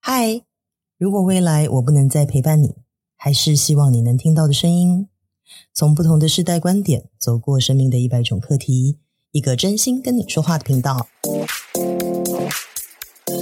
嗨，如果未来我不能再陪伴你，还是希望你能听到的声音。从不同的世代观点，走过生命的一百种课题，一个真心跟你说话的频道。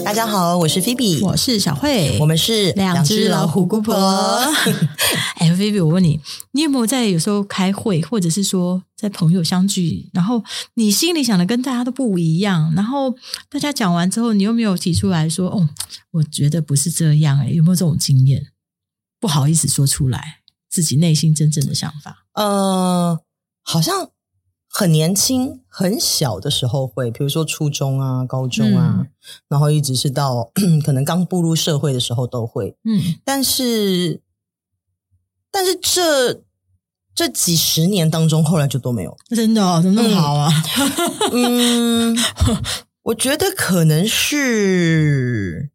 大家好，我是菲比，我是小慧，我们是两只老虎姑婆。 哎菲比，我问你，你有没有在有时候开会，或者是说在朋友相聚，然后你心里想的跟大家都不一样，然后大家讲完之后，你又没有提出来说，哦，我觉得不是这样、欸，哎，有没有这种经验？不好意思说出来自己内心真正的想法。呃，好像很年轻、很小的时候会，比如说初中啊、高中啊，嗯然后一直是到 可能刚步入社会的时候都会。嗯但是，但是这这几十年当中，后来就都没有。真的、哦，怎么那么好啊？嗯，我觉得可能是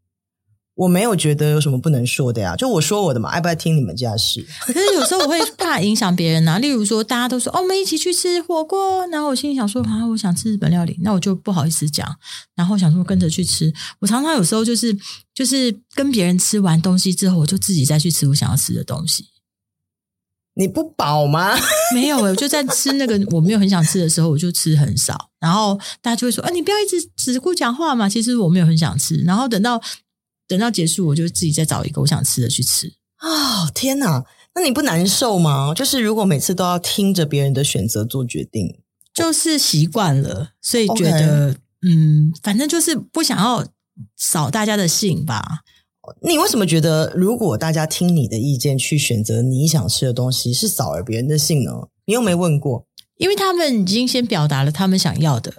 我没有觉得有什么不能说的呀，就我说我的嘛，爱不爱听你们家的事。可是有时候我会怕影响别人呐、例如说，大家都说哦，我们一起去吃火锅，然后我心里想说啊，我想吃日本料理，那我就不好意思讲，然后想说跟着去吃。我常常有时候就是就是跟别人吃完东西之后，我就自己再去吃我想要吃的东西。你不饱吗？没有、欸，我就在吃那个我没有很想吃的时候，我就吃很少。然后大家就会说：“啊，你不要一直只顾讲话嘛。”其实我没有很想吃。然后等到等到结束，我就自己再找一个我想吃的去吃。哦，天哪！那你不难受吗？就是如果每次都要听着别人的选择做决定，就是习惯了，所以觉得嗯，反正就是不想要扫大家的兴吧。你为什么觉得如果大家听你的意见去选择你想吃的东西，是扫了别人的兴呢？你又没问过，因为他们已经先表达了他们想要的，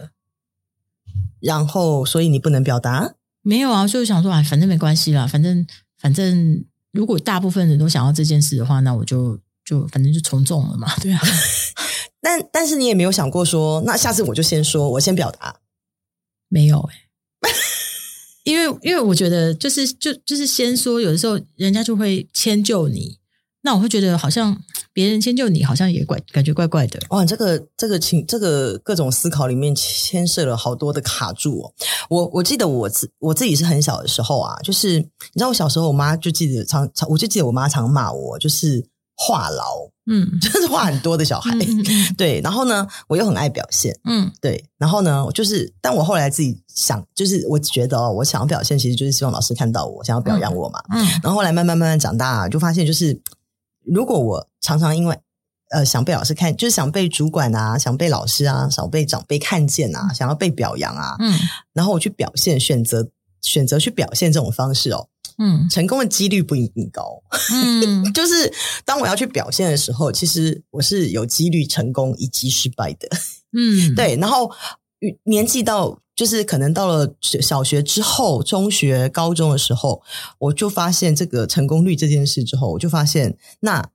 然后所以你不能表达？没有啊，就想说啊，反正没关系啦，反正反正如果大部分人都想要这件事的话，那我就就反正就从众了嘛， 对啊，但但是你也没有想过说，那下次我就先说，我先表达。没有哎、因为因为我觉得就是就就是先说，有的时候人家就会迁就你，那我会觉得好像别人迁就你，好像也怪感觉怪怪的，哇，这个这个情这个各种思考里面牵涉了好多的卡住哦。我我记得我自我自己是很小的时候啊，就是你知道我小时候，我妈就记得常常，我就记得我妈常骂我，就是话痨， 嗯就是话很多的小孩。嗯嗯嗯对，然后呢，我又很爱表现，嗯，对，然后呢，我就是，但我后来自己想，就是我觉得哦，我想要表现，其实就是希望老师看到我，想要表扬我嘛。嗯然后后来慢慢慢慢长大，就发现就是，如果我常常因为呃想被老师看，就是想被主管啊，想被老师啊，想被长辈看见啊，想要被表扬啊，嗯然后我去表现，选择选择去表现这种方式哦，嗯成功的几率不一定高。 嗯，就是当我要去表现的时候，其实我是有几率成功以及失败的。嗯，对，然后与年纪到就是可能到了小学之后，中学、高中的时候，我就发现这个成功率这件事之后，我就发现那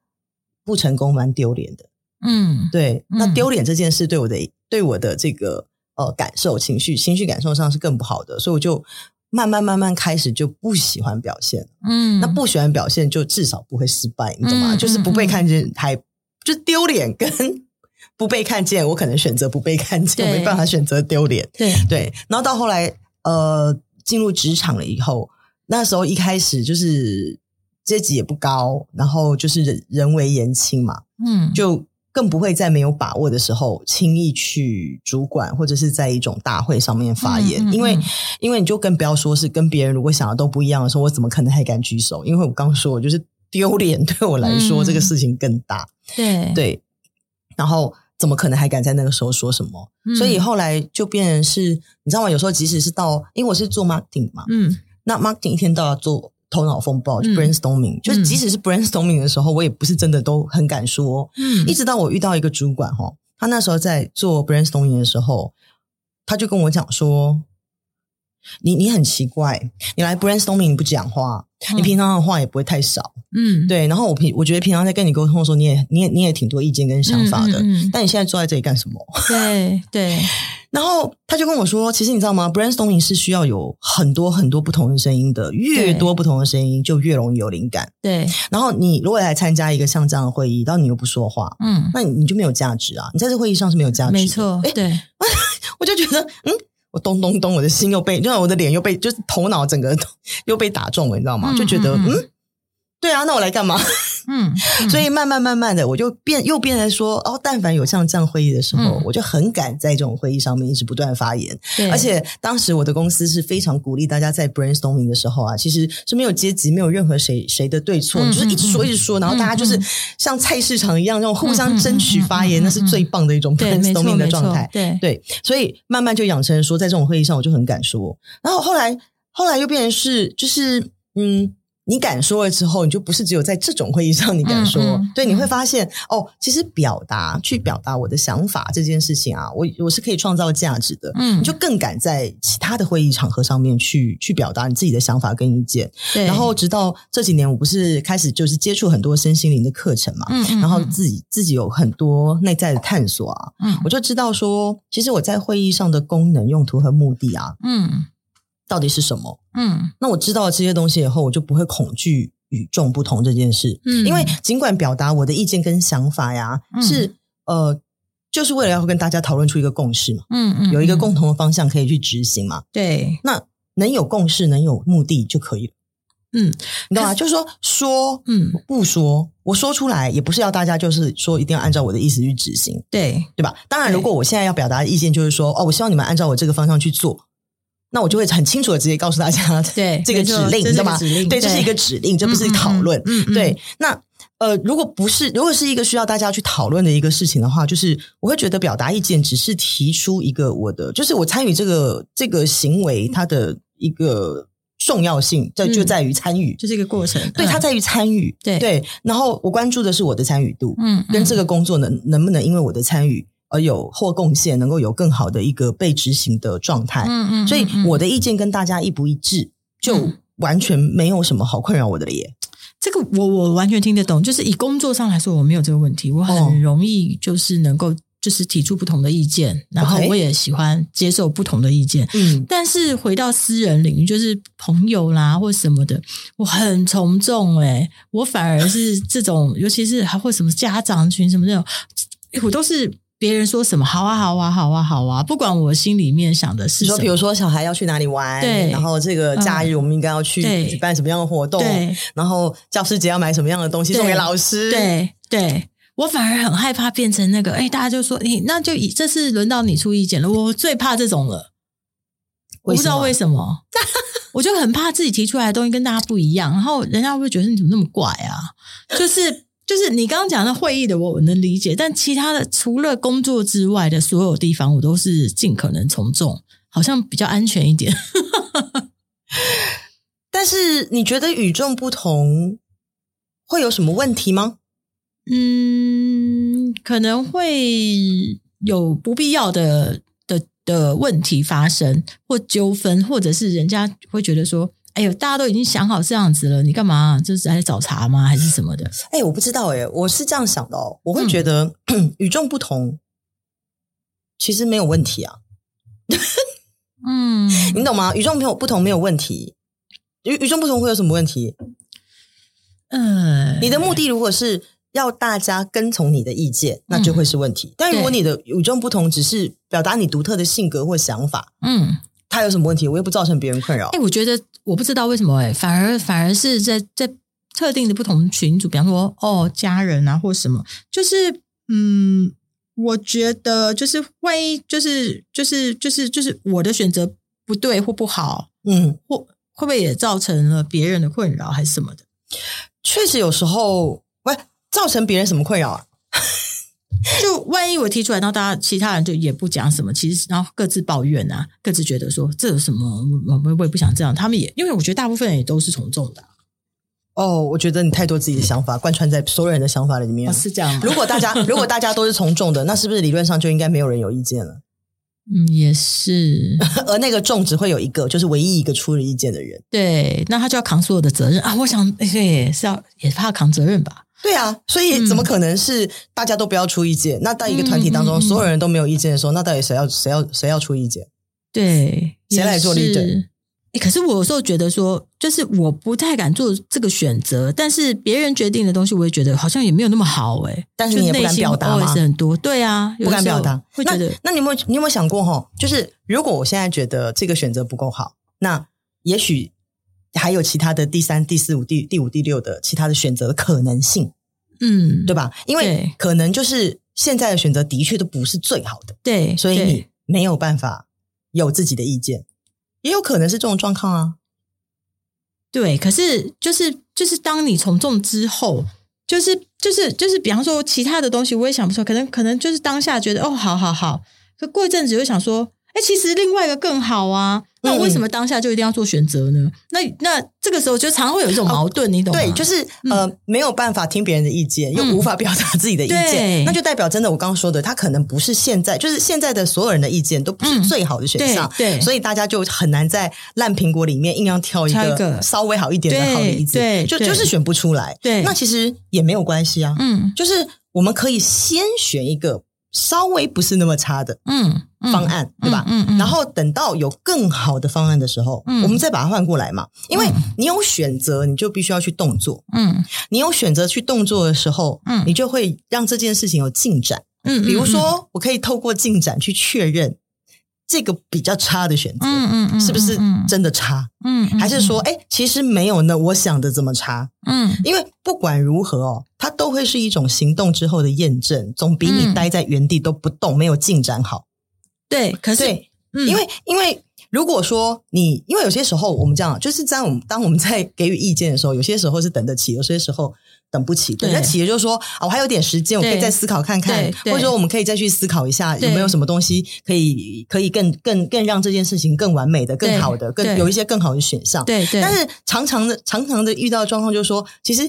不成功蛮丢脸的。嗯对，那嗯丢脸这件事对我的对我的这个呃感受、情绪、情绪感受上是更不好的，所以我就。慢慢慢慢开始就不喜欢表现，嗯，那不喜欢表现就至少不会失败，你懂吗？嗯就是不被嗯嗯看见还就丢脸跟不被看见，我可能选择不被看见，我对没办法选择丢脸。对，对，然后到后来呃进入职场了以后，那时候一开始就是阶级也不高，然后就是人人为言轻嘛，嗯就更不会在没有把握的时候轻易去主管或者是在一种大会上面发言，嗯嗯因为嗯因为你就更不要说是跟别人如果想的都不一样的时候，我怎么可能还敢举手？因为我刚说，我就是丢脸，对我来说、嗯这个事情更大，对，对，然后。怎么可能还敢在那个时候说什么？嗯所以后来就变成是，你知道吗？有时候即使是到，因为我是做 marketing 嘛，嗯那 marketing 一天到晚做头脑风暴，就嗯 brainstorming，、就是即使是 brainstorming 的时候，我也不是真的都很敢说，嗯一直到我遇到一个主管哈，他那时候在做 brainstorming 的时候，他就跟我讲说：“你你很奇怪，你来 brainstorming 你不讲话，嗯你平常的话也不会太少，嗯对。然后我平我觉得平常在跟你沟通的时候，你也你也你也挺多意见跟想法的，嗯嗯嗯但你现在坐在这里干什么？”对对，然后他就跟我说：“其实你知道吗？brainstorming 是需要有很多很多不同的声音的，越对多不同的声音就越容易有灵感。对，然后你如果来参加一个像这样的会议，然后你又不说话，嗯，那你就没有价值啊！你在这会议上是没有价值，没错，。对，我就觉得，嗯，我咚咚咚，我的心又被，就让我的脸又被，就是头脑整个又被打中了，你知道吗？嗯就觉得嗯嗯嗯对啊，那我来干嘛？嗯，所以慢慢慢慢的，我就变又变成说，哦，但凡有像这样会议的时候，嗯我就很敢在这种会议上面一直不断发言。对而且当时我的公司是非常鼓励大家在 brainstorming 的时候啊，其实是没有阶级，没有任何谁谁的对错，嗯就是一直说嗯一直说，然后大家嗯就是嗯像菜市场一样，那种互相争取发言，嗯嗯嗯嗯嗯那是最棒的一种对，没错， brainstorming 的没错状态。对对，所以慢慢就养成说，在这种会议上我就很敢说。然后后来，后来又变成是，就是嗯，你敢说了之后，你就不是只有在这种会议上你敢说，嗯嗯对，你会嗯发现哦，其实表达去表达我的想法这件事情啊，我我是可以创造价值的。嗯，你就更敢在其他的会议场合上面去去表达你自己的想法跟意见，对然后直到这几年，我不是开始就是接触很多身心灵的课程嘛，嗯，嗯然后嗯自己自己有很多内在的探索啊，嗯我就知道说，其实我在会议上的功能、用途和目的啊，嗯到底是什么？嗯那我知道了这些东西以后，我就不会恐惧与众不同这件事。嗯，因为尽管表达我的意见跟想法呀，嗯是呃，就是为了要跟大家讨论出一个共识嘛，嗯嗯有一个嗯共同的方向可以去执行嘛。对，那能有共识，能有目的就可以了，嗯你懂吗？就是说说。嗯不说，我说出来也不是要大家就是说一定要按照我的意思去执行，对，对吧？当然，对如果我现在要表达的意见就是说，哦，我希望你们按照我这个方向去做，那我就会很清楚的直接告诉大家，对这个没指错令，你知这是道个吗？指令对，这是对一个指令，这不是讨论。嗯，嗯嗯对，那呃，如果不是，如果是一个需要大家去讨论的一个事情的话，就是我会觉得表达意见只是提出一个我的，就是我参与这个这个行为它的一个重要性，这就嗯在于参与，就是一个过程，嗯对，它在于参与，对对。然后我关注的是我的参与度，嗯跟这个个工作能能不能因为我的参与而有或贡献，能够有更好的一个被执行的状态。嗯嗯，所以嗯嗯我的意见跟大家一不一致，就嗯完全没有什么好困扰我的了耶。这个我我完全听得懂，就是以工作上来说，我没有这个问题，我哦很容易就是能够就是提出不同的意见，然后 OK 我也喜欢接受不同的意见。嗯，但是回到私人领域，就是朋友啦或什么的，我很从众诶、我反而是这种， 尤其是还会什么家长群什么那种，诶我都是别人说什么好啊好啊好啊好啊，不管我心里面想的是你什说比么，如说小孩要去哪里玩，对然后这个假日我们应该要去对举办什么样的活动，对然后教师节要买什么样的东西对送给老师，，对对。我反而很害怕变成那个，诶，大家就说你那就以这次轮到你出意见了，我最怕这种了，我不知道为什什么， 我就很怕自己提出来的东西跟大家不一样，然后人家会觉得你怎么那么怪啊？就是就是你刚刚讲的会议的我，我能理解，但其他的除了工作之外的所有地方，我都是尽可能从众，好像比较安全一点。但是你觉得与众不同会有什么问题吗？嗯，可能会有不必要的的的问题发生，或纠纷，或者是人家会觉得说。哎呦，大家都已经想好这样子了，你干嘛？就是来找茬吗？还是什么的？哎、我不知道哎、我是这样想的哦，我会觉得、 与众不同其实没有问题啊，嗯，你懂吗？与众没有不同没有问题，与与众不同会有什么问题？呃，你的目的如果是要大家跟从你的意见，那就会是问题。但如果嗯对你的与众不同只是表达你独特的性格或想法，嗯，它有什么问题？我又不造成别人困扰哎、。我觉得我不知道为什么、哎，反而反而是在在特定的不同群组，比方说哦家人啊或什么，就是嗯，我觉得就是万一就是就是就是就是我的选择不对或不好，嗯，或会不会也造成了别人的困扰还是什么的？确实有时候喂造成别人什么困扰啊？就万一我提出来，然后大家其他人就也不讲什么，其实然后各自抱怨啊，各自觉得说这有什么，我我我也不想这样。他们也因为我觉得大部分人也都是从众的啊、哦，我觉得你太多自己的想法贯穿在所有人的想法里面了。是这样吗？啊如果大 家如果大家都是从众的，那是不是理论上就应该没有人有意见了？ 嗯，也是。而那个众只会有一个，就是唯一一个出了意见的人。对，那他就要扛所有的责任啊！我想，哎对，是要也怕扛责任吧？对啊，所以嗯怎么可能是大家都不要出意见？那在一个团体当中，嗯嗯嗯所有人都没有意见的时候，那到底谁要谁要谁要出意见？对，谁来做也是 leader？诶可是我有时候觉得说，就是我不太敢做这个选择，但是别人决定的东西，我也觉得好像也没有那么好诶。但是你也不敢表达吗就内心 OS 很多，对啊，有不的敢时候表达。会觉得那那你有没有你有没有想过哈？就是如果我现在觉得这个选择不够好，那也许还有其他的第三、第四、五、第第五、第六的其他的选择的可能性，嗯，对吧？因为对可能就是现在的选择的确都不是最好的，对，所以对你没有办法有自己的意见，也有可能是这种状况啊。对，可是就是就是当你从众之后，就是就是就是，比方说其他的东西我也想不出来，可能可能就是当下觉得哦，好好好，可过一阵子又想说，哎，其实另外一个更好啊。那我为什么当下就一定要做选择呢？那那这个时候就常常会有一种矛盾，你懂吗？对，就是、呃，没有办法听别人的意见，又嗯无法表达自己的意见，对那就代表真的我刚刚说的，他可能不是现在，就是现在的所有人的意见都不是嗯最好的选项，对对所以大家就很难在烂苹果里面硬要挑一挑一个个稍微好一点的好例子，对对就对就是选不出来，对那其实也没有关系啊，嗯就是我们可以先选一个稍微不是那么差的嗯嗯方案，对吧？嗯嗯，然后等到有更好的方案的时候，嗯我们再把它换过来嘛。因为你有选择，你就必须要去动作。嗯你有选择去动作的时候，嗯你就会让这件事情有进展。嗯，比如说，我可以透过进展去确认这个比较差的选择、嗯嗯嗯，是不是嗯真的差，嗯，还是说，哎，其实没有呢，我想的这么差。嗯因为不管如何哦，它都会是一种行动之后的验证，总比你嗯待在原地都不动、没有进展好。对？可是对，因为因为如果说你，因为有些时候我们这样，就是在我们当我们在给予意见的时候，有些时候是等得起，有些时候等不起。对等得起的就是说啊，我还有点时间，我可以对再思考看看，对或对者说我们可以再去思考一下有对没有什么东西可以可以更更更让这件事情更完美的、更好的、对更有一些更好的选项。对对，但是常常的常常的遇到的状况就是说，其实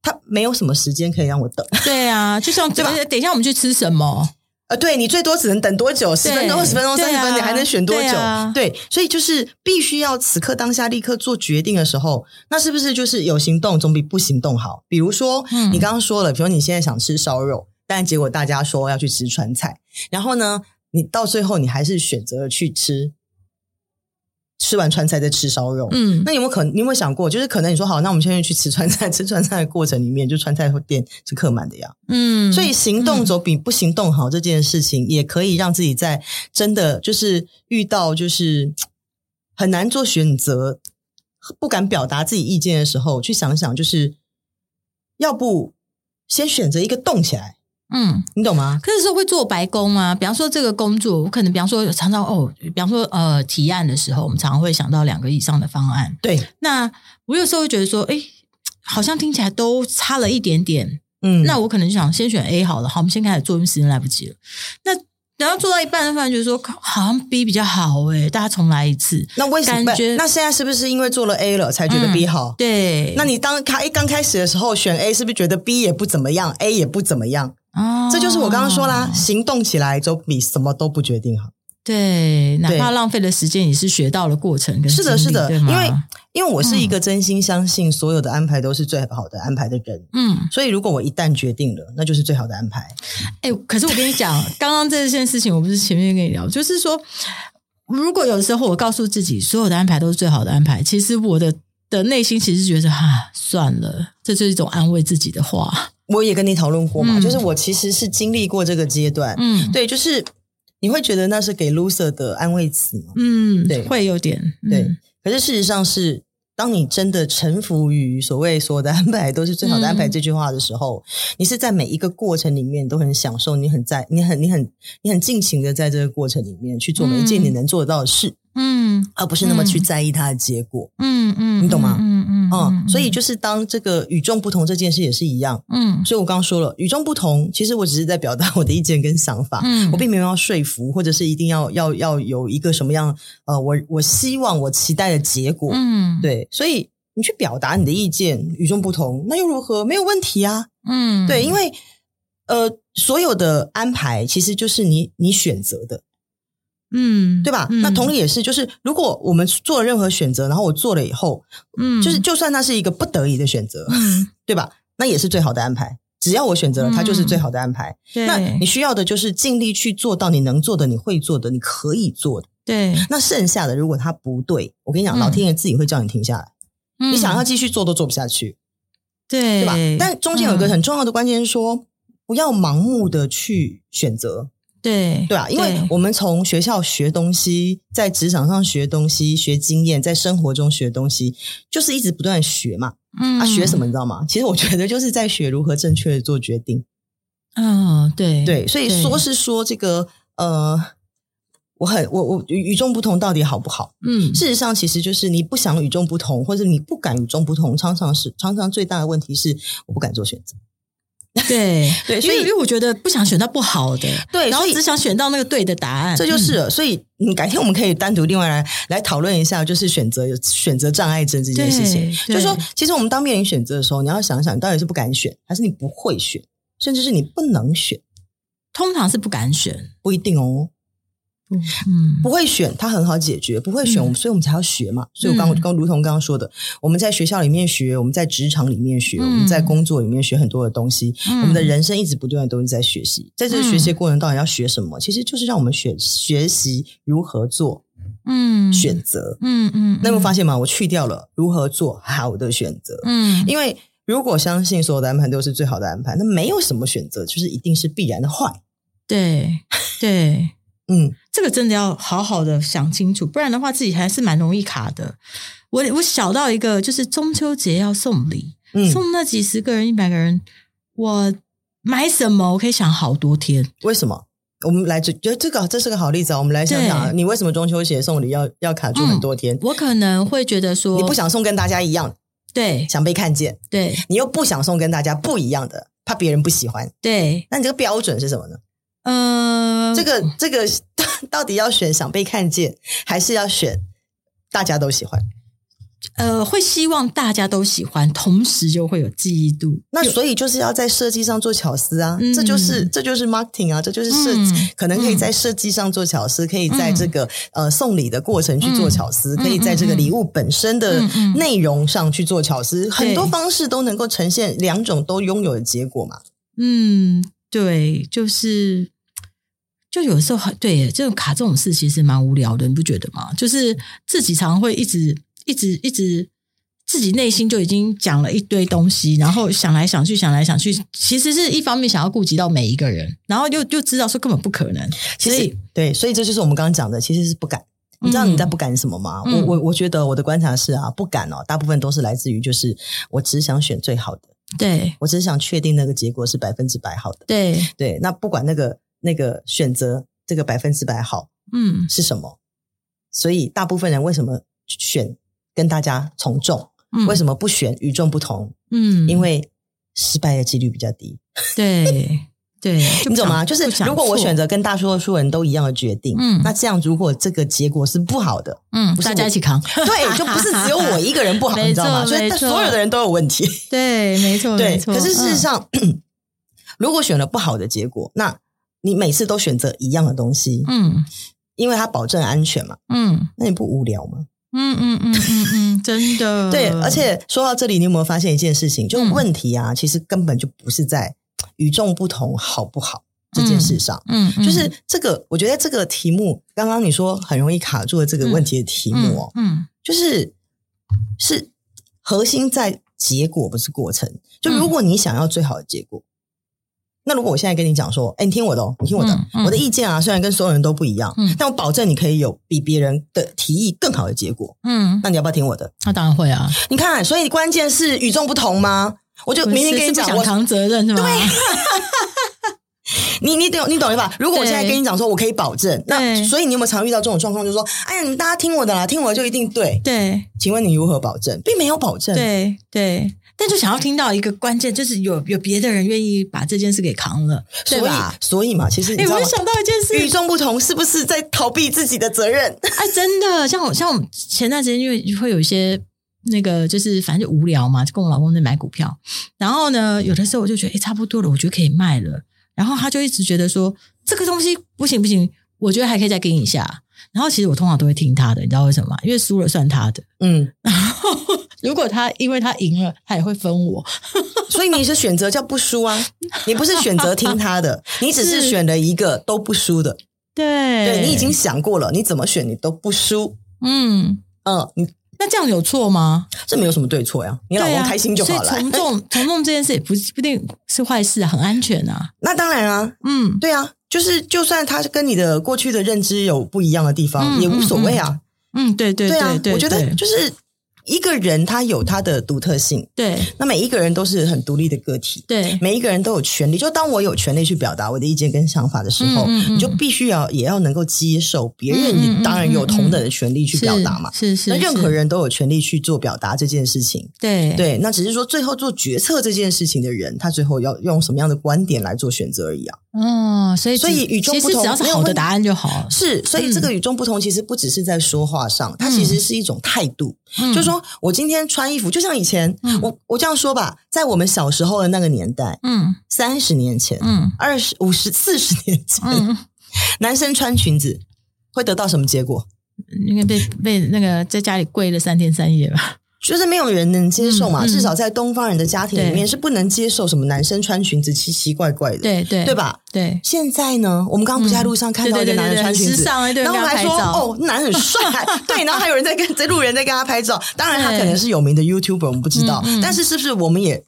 他没有什么时间可以让我等。对啊，就像对吧等一下我们去吃什么？呃，对你最多只能等多久？十分钟、二十分钟、三对十啊分钟，你还能选多久对啊？对，所以就是必须要此刻当下立刻做决定的时候，那是不是就是有行动总比不行动好？比如说，嗯你刚刚说了，比如你现在想吃烧肉，但结果大家说要去吃川菜，然后呢，你到最后你还是选择了去吃，吃完川菜再吃烧肉，嗯，那你有没有可能？你有没有想过，就是可能你说好，那我们现在去吃川菜，吃川菜的过程里面，就川菜店是客满的呀。嗯，所以行动总比不行动好这件事情，也可以让自己在真的就是遇到就是嘖很难做选择、不敢表达自己意见的时候，去想想，就是要不先选择一个动起来，嗯，你懂吗？可是说会做白工啊，比方说这个工作，我可能比方说常常哦，比方说呃提案的时候，我们常常会想到两个以上的方案。对，那我有时候会觉得说，哎，好像听起来都差了一点点，嗯，那我可能就想先选 A 好了，好，我们先开始做，因为时间来不及了。那然后做到一半，突然觉得说，靠好像 B 比较好哎、大家重来一次。那为什么感觉嗯那现在是不是因为做了 A 了才觉得 B 好？对，那你当开刚开始的时候选 A，是不是觉得 B 也不怎么样，A 也不怎么样？哦这就是我刚刚说啦，行动起来总比什么都不决定好。对，哪对怕浪费了时间，也是学到了过程跟是的，经是历的，对因吗嗯为因为我是一个真心相信所有的安排都是最好的安排的人，嗯，所以如果我一旦决定了，那就是最好的安排。哎、可是我跟你讲，刚刚这件事情，我不是前面跟你聊，就是说，如果有时候我告诉自己所有的安排都是最好的安排，其实我的的内心其实觉得啊，算了，这就是一种安慰自己的话。我也跟你讨论过嘛，嗯就是我其实是经历过这个阶段，嗯，对，就是你会觉得那是给 loser 的安慰词嘛，嗯，对会有点，嗯对。可是事实上是，当你真的臣服于所谓所有的安排都是最好的安排嗯这句话的时候，你是在每一个过程里面都很享受，你很在，你很你很你很尽情的在这个过程里面去做每一件嗯你能做得到的事。嗯而不是那么去在意它的结果。嗯嗯，你懂吗嗯嗯嗯，所以就是当这个与众不同这件事也是一样。嗯所以我刚刚说了，与众不同，其实我只是在表达我的意见跟想法，嗯我并没有要说服，或者是一定要要要有一个什么样呃，我我希望我期待的结果。嗯对，所以你去表达你的意见，与众不同，那又如何？没有问题啊。嗯对，因为呃，所有的安排其实就是你你选择的，嗯对吧？那同理也是，就是如果我们做了任何选择，然后我做了以后，嗯就是就算那是一个不得已的选择， 嗯对吧？那也是最好的安排。只要我选择了，它就是最好的安排。嗯对那你需要的就是尽力去做到你能做的、你会做的、你可以做的。对，那剩下的如果它不对，我跟你讲，嗯老天爷自己会叫你停下来。你你想要继续做都做不下去，嗯对对吧？但中间有一个嗯很重要的关键是说，不要盲目的去选择，对对啊，因为对我们从学校学东西，在职场上学东西，学经验，在生活中学东西，就是一直不断地学嘛。嗯啊，学什么你知道吗？其实我觉得就是在学如何正确的做决定。嗯，对对，所以说是说这个呃，我很我我与与众不同到底好不好？嗯事实上，其实就是你不想与众不同，或者你不敢与众不同，常常是常常最大的问题是我不敢做选择。对 对因所以为因为我觉得不想选到不好的，对然后所以只想选到那个对的答案，这就是了，所以嗯，改天我们可以单独另外来来讨论一下，就是选择选择障碍症这件事情。对就对是说，其实我们当面临选择的时候，你要想想，你到底是不敢选，还是你不会选，甚至是你不能选，通常是不敢选，不一定哦。嗯，不会选，它很好解决；不会选，嗯我们所以我们才要学嘛。所以我刚嗯刚如同刚刚说的，我们在学校里面学，我们在职场里面学，嗯我们在工作里面学很多的东西。嗯我们的人生一直不断的都是在学习，在这个学习的过程到底要学什么？其实就是让我们学学习如何做嗯选择。嗯嗯，那有没有发现现吗？我去掉了如何做好的选择，嗯因为如果相信所有的安排都是最好的安排，那没有什么选择就是一定是必然的坏。对对。嗯，这个真的要好好的想清楚，不然的话自己还是蛮容易卡的。我我小到一个，就是中秋节要送礼，嗯送那几十个人、一百个人，我买什么我可以想好多天。为什么？我们来就觉得这个这是个好例子啊！我们来想想啊，对嗯你为什么中秋节送礼要要卡住很多天？我可能会觉得说，你不想送跟大家一样，对想被看见，对你又不想送跟大家不一样的，怕别人不喜欢。对，那你这个标准是什么呢？呃，这个这个 到底要选想被看见，还是要选大家都喜欢？呃，会希望大家都喜欢，同时就会有记忆度。那所以就是要在设计上做巧思啊，嗯这就是这就是 marketing 啊，这就是设计，嗯可能可以在设计上做巧思，可以在这个、呃送礼的过程去做巧思，嗯可以在这个嗯嗯礼物本身的嗯嗯内容上去做巧思，很多方式都能够呈现两种都拥有的结果嘛。嗯，对，就是就有时候很对耶，这种卡这种事其实蛮无聊的，你不觉得吗？就是自己常会一直一直一直自己内心就已经讲了一堆东西，然后想来想去，想来想去，其实是一方面想要顾及到每一个人，然后又就知道说根本不可能，其所实以对，所以这就是我们刚刚讲的，其实是不敢。你知道你在不敢什么吗？嗯我我我觉得我的观察是啊，不敢哦，大部分都是来自于就是我只想选最好的，对我只想确定那个结果是百分之百好的。对，对，那不管那个那个选择这个百分之百好嗯是什么，所以大部分人为什么选跟大家从众？嗯，为么？什么不选与众不同？嗯，因为失败的几率比较低，对 对，就你不懂吗？想就是不想如果我错选择跟大多数人都一样的决定，嗯那这样如果这个结果是不好的， 嗯，不是大家我一起扛，对，就不是只有我一个人不好，没你知道吗？错所以没但错所有的人都有问题。对，没错，对，没错可是事实嗯上，如果选了不好的结果，那你每次都选择一样的东西，嗯因为它保证安全嘛，嗯那你不无聊吗？嗯嗯嗯嗯嗯，真的。对，而且说到这里，你有没有发现一件事情？就嗯问题啊，其实根本就不是在与众不同好不好这件事上，嗯，嗯，就是这个，我觉得这个题目，刚刚你说很容易卡住的这个问题的题目哦，嗯，就是是核心在结果，不是过程。就嗯如果你想要最好的结果。那如果我现在跟你讲说，哎，你听我的哦，你听我的，嗯嗯我的意见啊，虽然跟所有人都不一样，嗯但我保证你可以有比别人的提议更好的结果。嗯嗯，那你要不要听我的？那当然会啊。你看，所以关键是与众不同吗？我就明是天跟你是不讲，想我扛责任是吗？对，你你懂你懂了吧？如果我对现在跟你讲说，我可以保证，那对所以你有没有常遇到这种状况？就是说，哎呀，你们大家听我的啦，听我的就一定对。对，请问你如何保证？并没有保证。，对，对。但就想要听到一个关键，就是有有别的人愿意把这件事给扛了，所对以吧？所以嘛，其实你哎，知道我吗又？想到一件与事，众不同是不是在逃避自己的责任？ 哎，真的，像我像我们前段时间因为会有一些那个，就是反正就无聊嘛，就跟我老公在买股票，然后呢，有的时候我就觉得哎差不多了，我觉得可以卖了，然后他就一直觉得说这个东西不行不行，我觉得还可以再给你一下。然后其实我通常都会听他的，你知道为什么吗？因为输了算他的。嗯，如果他因为他赢了，他也会分我。所以你是 选择叫不输啊，你不是选择听他的，你只是是选了一个都不输的。对，对你已经想过了，你怎么选你都不输。嗯，嗯，你那这样有错吗？这没有什么对错呀，你老对公啊开心就好了。所以 从众从众这件事也不是不一定是坏事啊，很安全啊。那当然啊，嗯，对啊，就是就算他跟你的过去的认知有不一样的地方，嗯也无所谓啊。嗯，对对啊对对，我觉得对就是一个人他有他的独特性，对那每一个人都是很独立的个体。对，每一个人都有权利，就当我有权利去表达我的意见跟想法的时候，嗯嗯嗯你就必须要也要能够接受别人，嗯嗯嗯也当然有同等的权利去表达嘛。是是，那是任何人都有权利去做表达这件事情，对对。那只是说最后做决策这件事情的人，他最后要用什么样的观点来做选择而已啊。哦，所以所以只与众其不实同只要是没有好的问答案就好了。是，所以这嗯个与众不同其实不只是在说话上，它其实是一种态度。嗯就是，说我今天穿衣服，就像以前，嗯我我这样说吧，在我们小时候的那个年代，嗯三十年前、嗯二十五十四十年前，嗯，男生穿裙子会得到什么结果？应该被被那个在家里跪了三天三夜 吧？就是没有人能接受嘛，嗯嗯至少在东方人的家庭里面是不能接受什么男生穿裙子奇奇怪怪的，对对对？吧？对，现在呢，我们刚刚不是在路上看到一个对对男人对对穿很裙时子，尚，对，然后我们还说拍照，哦，男很 帅，对，然后还有人在跟这路人在跟他拍照，当然他对可能是有名的 YouTuber，我们不知道，嗯嗯但是是不是我们也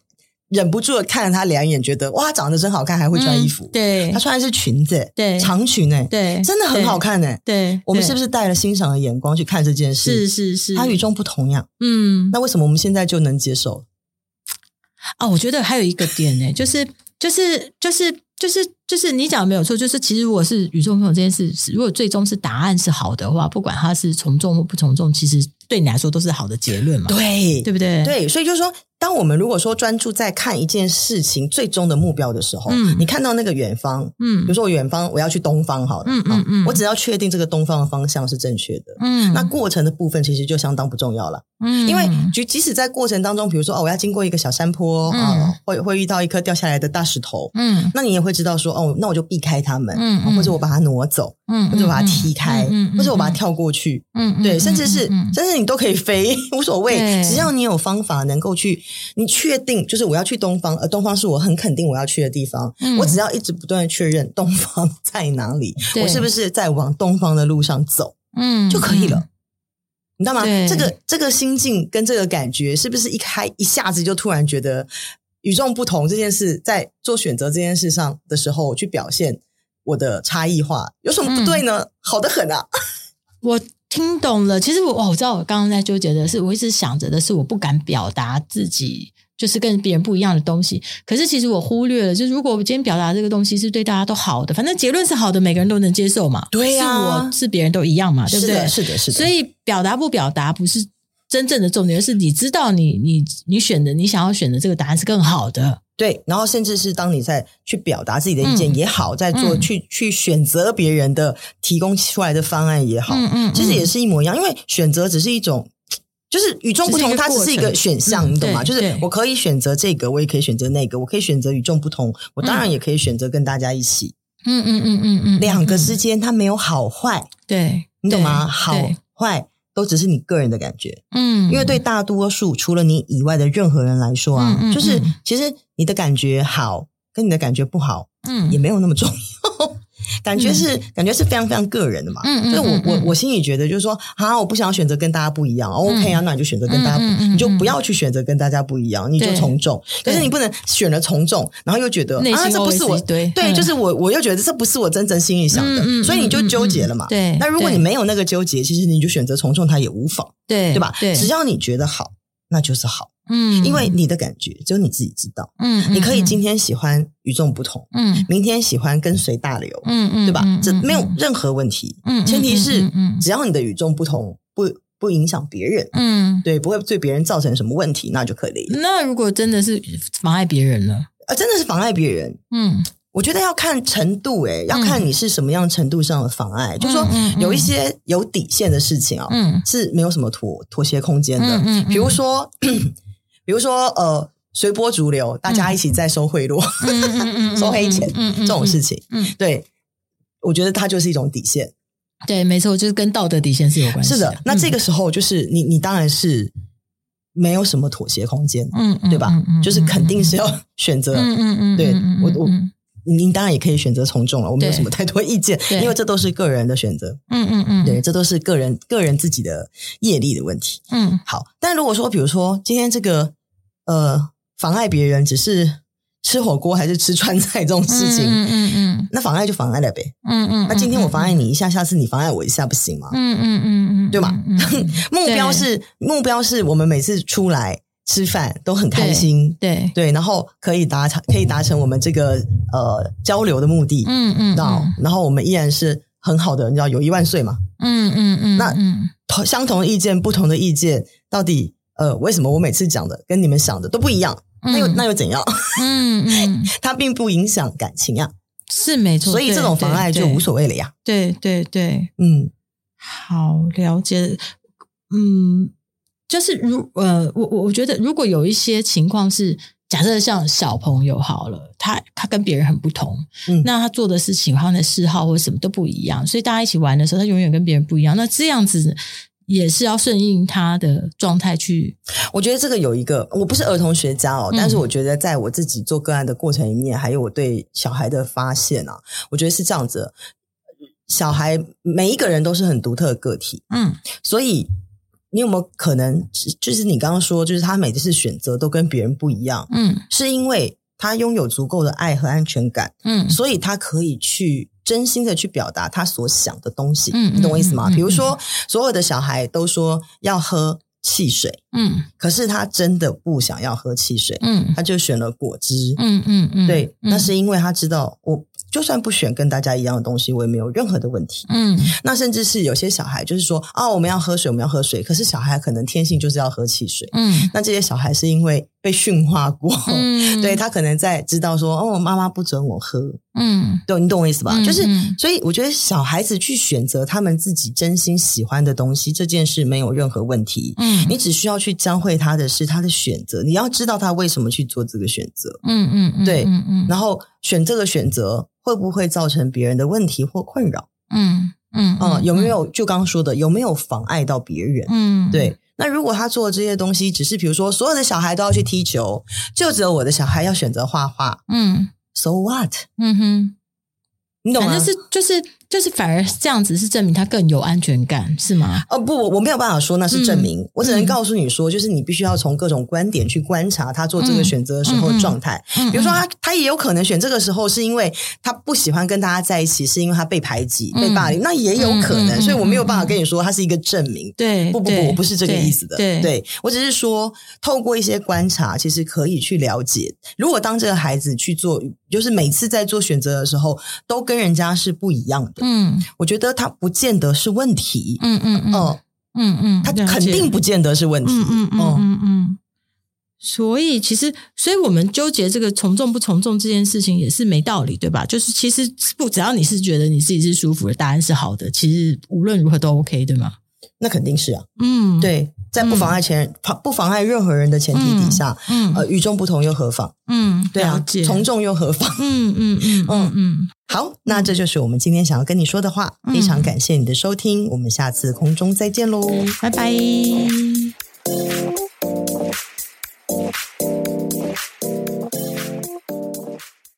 忍不住地看了他两眼，觉得哇，长得真好看，还会穿衣服嗯，对他，穿的是裙子、对长裙哎、对，真的很好看哎、对。对，我们是不是是带了欣赏的眼光去看这件事？是是是？它与众不同呀，嗯，那为什么我们现在就能接受？哦，我觉得还有一个点呢、就是就是就是就是就是你讲的没有错，就是其实如果是与众不同这件事，如果最终是答案是好的话，不管它是从众或不从众，其实对你来说都是好的结论嘛，对对不对？对，所以就是说，当我们如果说专注在看一件事情最终的目标的时候，嗯你看到那个远方，嗯，比如说我远方我要去东方好了，嗯好嗯嗯我只要确定这个东方的方向是正确的。嗯，那过程的部分其实就相当不重要了，嗯，因为即即使在过程当中，比如说哦，我要经过一个小山坡嗯啊，会会遇到一颗掉下来的大石头，嗯那你也会知道说哦，那我就避开它们，哦嗯嗯或者我把它挪走，嗯，或者我把它踢开嗯嗯，嗯或者我把它跳过去，嗯，嗯对，嗯甚至是嗯嗯甚至你都可以飞，无所谓，对只要你有方法能够去，你确定就是我要去东方，呃，东方是我很肯定我要去的地方，嗯我只要一直不断的确认东方在哪里，对我是不是在往东方的路上走嗯就可以了。。你知道吗？对这个这个心境跟这个感觉，是不是一开一下子就突然觉得与众不同这件事，在做选择这件事上的时候，去表现我的差异化，有什么不对嗯呢？好的很啊！我听懂了，其实我哦我知道我刚刚在纠结的是，我一直想着的是我不敢表达自己。就是跟别人不一样的东西，可是其实我忽略了，就是如果我今天表达这个东西是对大家都好的，反正结论是好的，每个人都能接受嘛。对呀是我是别人都一样嘛，对是不对？的，是的，是的。所以表达不表达不是真正的重点，而是你知道你你你选的你想要选的这个答案是更好的。对，然后甚至是当你在去表达自己的意见嗯也好，在做、嗯去去选择别人的提供出来的方案也好，嗯嗯，其实也是是一模一样，因为选择只是一种。就是与众不同，只是一个它只是一个过程选项，嗯你懂吗？对就是对我可以选择这个，我也可以选择那个，我可以选择与众不同，我当然也可以选择跟大家一起。嗯嗯嗯嗯嗯，两个嗯之间它没有好坏，对，你懂吗？对好对坏都只是你个人的感觉。嗯，因为对大多数除了你以外的任何人来说啊，嗯嗯就是嗯其实你的感觉好跟你的感觉不好嗯也没有那么重要。 感觉是、感觉是非常非常个人的嘛，嗯嗯所以我嗯我嗯我心里觉得就是说，啊，我不想选择跟大家不一样、o k 啊，那你就选择跟大家不，嗯嗯嗯你就嗯不要去选择跟大家不一样，你就对从众。可对是你不能选了从众，然后又觉得内啊，心这不是 OS 我一堆对，嗯就是我我又觉得这不是我真正心里想的，嗯嗯嗯所以你就嗯嗯纠结了嘛。嗯对那如果对你没有那个纠结，其实你就选择从众，它也无妨。对对吧？对，只要你觉得好，那就是好，嗯，因为你的感觉只有你自己知道。嗯，嗯你可以今天喜欢与众不同，嗯明天喜欢跟随大流，嗯嗯，对吧嗯？这没有嗯任何问题。嗯嗯前提是嗯嗯嗯只要你的与众不同，不不影响别人，嗯。对，不会对别人造成什么问题，那就可以了。那如果真的是妨碍别人了，啊，真的是妨碍别人。嗯我觉得要看程度、诶，要看你是什么样程度上的妨碍。就说嗯嗯有一些有底线的事情啊、嗯是没有什么妥妥协空间的。嗯嗯嗯比如说， 比如说呃，随波逐流，大家一起在收贿赂、嗯嗯 嗯，收黑钱、嗯这种事，情，嗯，对。我觉得它就是一种底线，对，没错，就是跟道德底线是有关系。嗯是的。那这个时候就是你，你当然是没有什么妥协空间，嗯，对吧？就是肯定是要选择。嗯嗯嗯，对我我您当然也可以选择从众了，我没有对什么太多意见，对因为这都是个人的选择，嗯嗯嗯，对，这都是个人个人自己的业力的问题。嗯好，但如果说，比如说今天这个呃妨碍别人，只是吃火锅还是吃川菜这种事情，嗯嗯嗯那妨碍就妨碍了呗。嗯嗯，那今天我妨碍你一下，下次你妨碍我一下，不行吗？嗯，嗯嗯嗯，对吧嗯？嗯目标是目标是我们每次出来吃饭都很开心，对，对，然后可以达成可以达成我们这个呃交流的目的，嗯嗯，那、然后我们依然是很好的，你知道友谊万岁嘛？嗯嗯嗯，那嗯同相同的意见，不同的意见，到底呃为什么我每次讲的跟你们想的都不一样？那又嗯那又怎样？ 嗯嗯它并不影响感情呀，是没错，所以对这种妨碍就无，所谓了呀。对对对对对，嗯，好了解，嗯，就是如呃，我我我觉得如果有一些情况是。假设像小朋友好了，他他跟别人很不同，嗯那他做的事情、他的嗜好或什么都不一样，所以大家一起玩的时候，他永远跟别人不一样。那这样子也是要顺应他的状态去，我觉得这个有一个，我不是儿童学家哦，嗯但是我觉得在我自己做个案的过程里面，还有我对小孩的发现啊，我觉得是这样子。小孩每一个人都是很独特的个体，嗯所以你有没有可能，就是你刚刚说，就是他每次选择都跟别人不一样，嗯是因为他拥有足够的爱和安全感，嗯所以他可以去真心的去表达他所想的东西。嗯嗯你懂我意思吗？嗯嗯比如说，所有的小孩都说要喝汽水，嗯可是他真的不想要喝汽水，嗯他就选了果汁。嗯嗯嗯，对，嗯那是因为他知道我。就算不选跟大家一样的东西，我也没有任何的问题。嗯那甚至是有些小孩就是说啊，我们要喝水，我们要喝水。可是小孩可能天性就是要喝汽水。嗯那这些小孩是因为被驯化过，嗯，对他可能在知道说哦，妈妈不准我喝，嗯对，你懂我意思吧？嗯就是嗯所以我觉得小孩子去选择他们自己真心喜欢的东西，这件事没有任何问题。嗯你只需要去教会他的是他的选择，你要知道他为什么去做这个选择，嗯嗯嗯，对嗯嗯然后选这个选择会不会造成别人的问题或困扰？嗯嗯嗯，有没有就刚刚说的有没有妨碍到别人？嗯对，那如果他做的这些东西只是比如说所有的小孩都要去踢球，就只有我的小孩要选择画画嗯，so what？嗯哼，你懂啊反吗？正是就是就是反而这样子是证明他更有安全感是吗？哦不，我我没有办法说那是嗯证明，我只能告诉你说，就是你必须要从各种观点去观察他做这个选择的时候的状态。嗯嗯嗯嗯比如说他，他也有可能选这个时候是因为他不喜欢跟大家在一起，是因为他被排挤、嗯被霸凌，那也有可能。嗯嗯嗯所以我没有办法跟你说他是一个证明。对，不不不，对我不是这个意思的。对，我只是说，透过一些观察，其实可以去了解。如果当这个孩子去做，就是每次在做选择的时候，都跟人家是不一样的，嗯我觉得他不见得是问题。嗯嗯嗯嗯嗯嗯，它了肯解定不见得是问题。嗯嗯嗯哦嗯嗯。所以其实，所以我们纠结这个从众不从众这件事情也是没道理，对吧？就是其实不，只要你是觉得你自己是舒服的，答案是好的，其实无论如何都 OK，对吗？那肯定是啊，嗯，，对，在不妨碍前、妨不妨碍任何人的前提底下，嗯呃，与众不同又何妨？嗯，对了啊解，，从众又何妨？ 嗯嗯嗯嗯嗯，好，那这就是我们今天想要跟你说的话。非常嗯嗯感谢你的收听，我们下次空中再见喽。拜拜。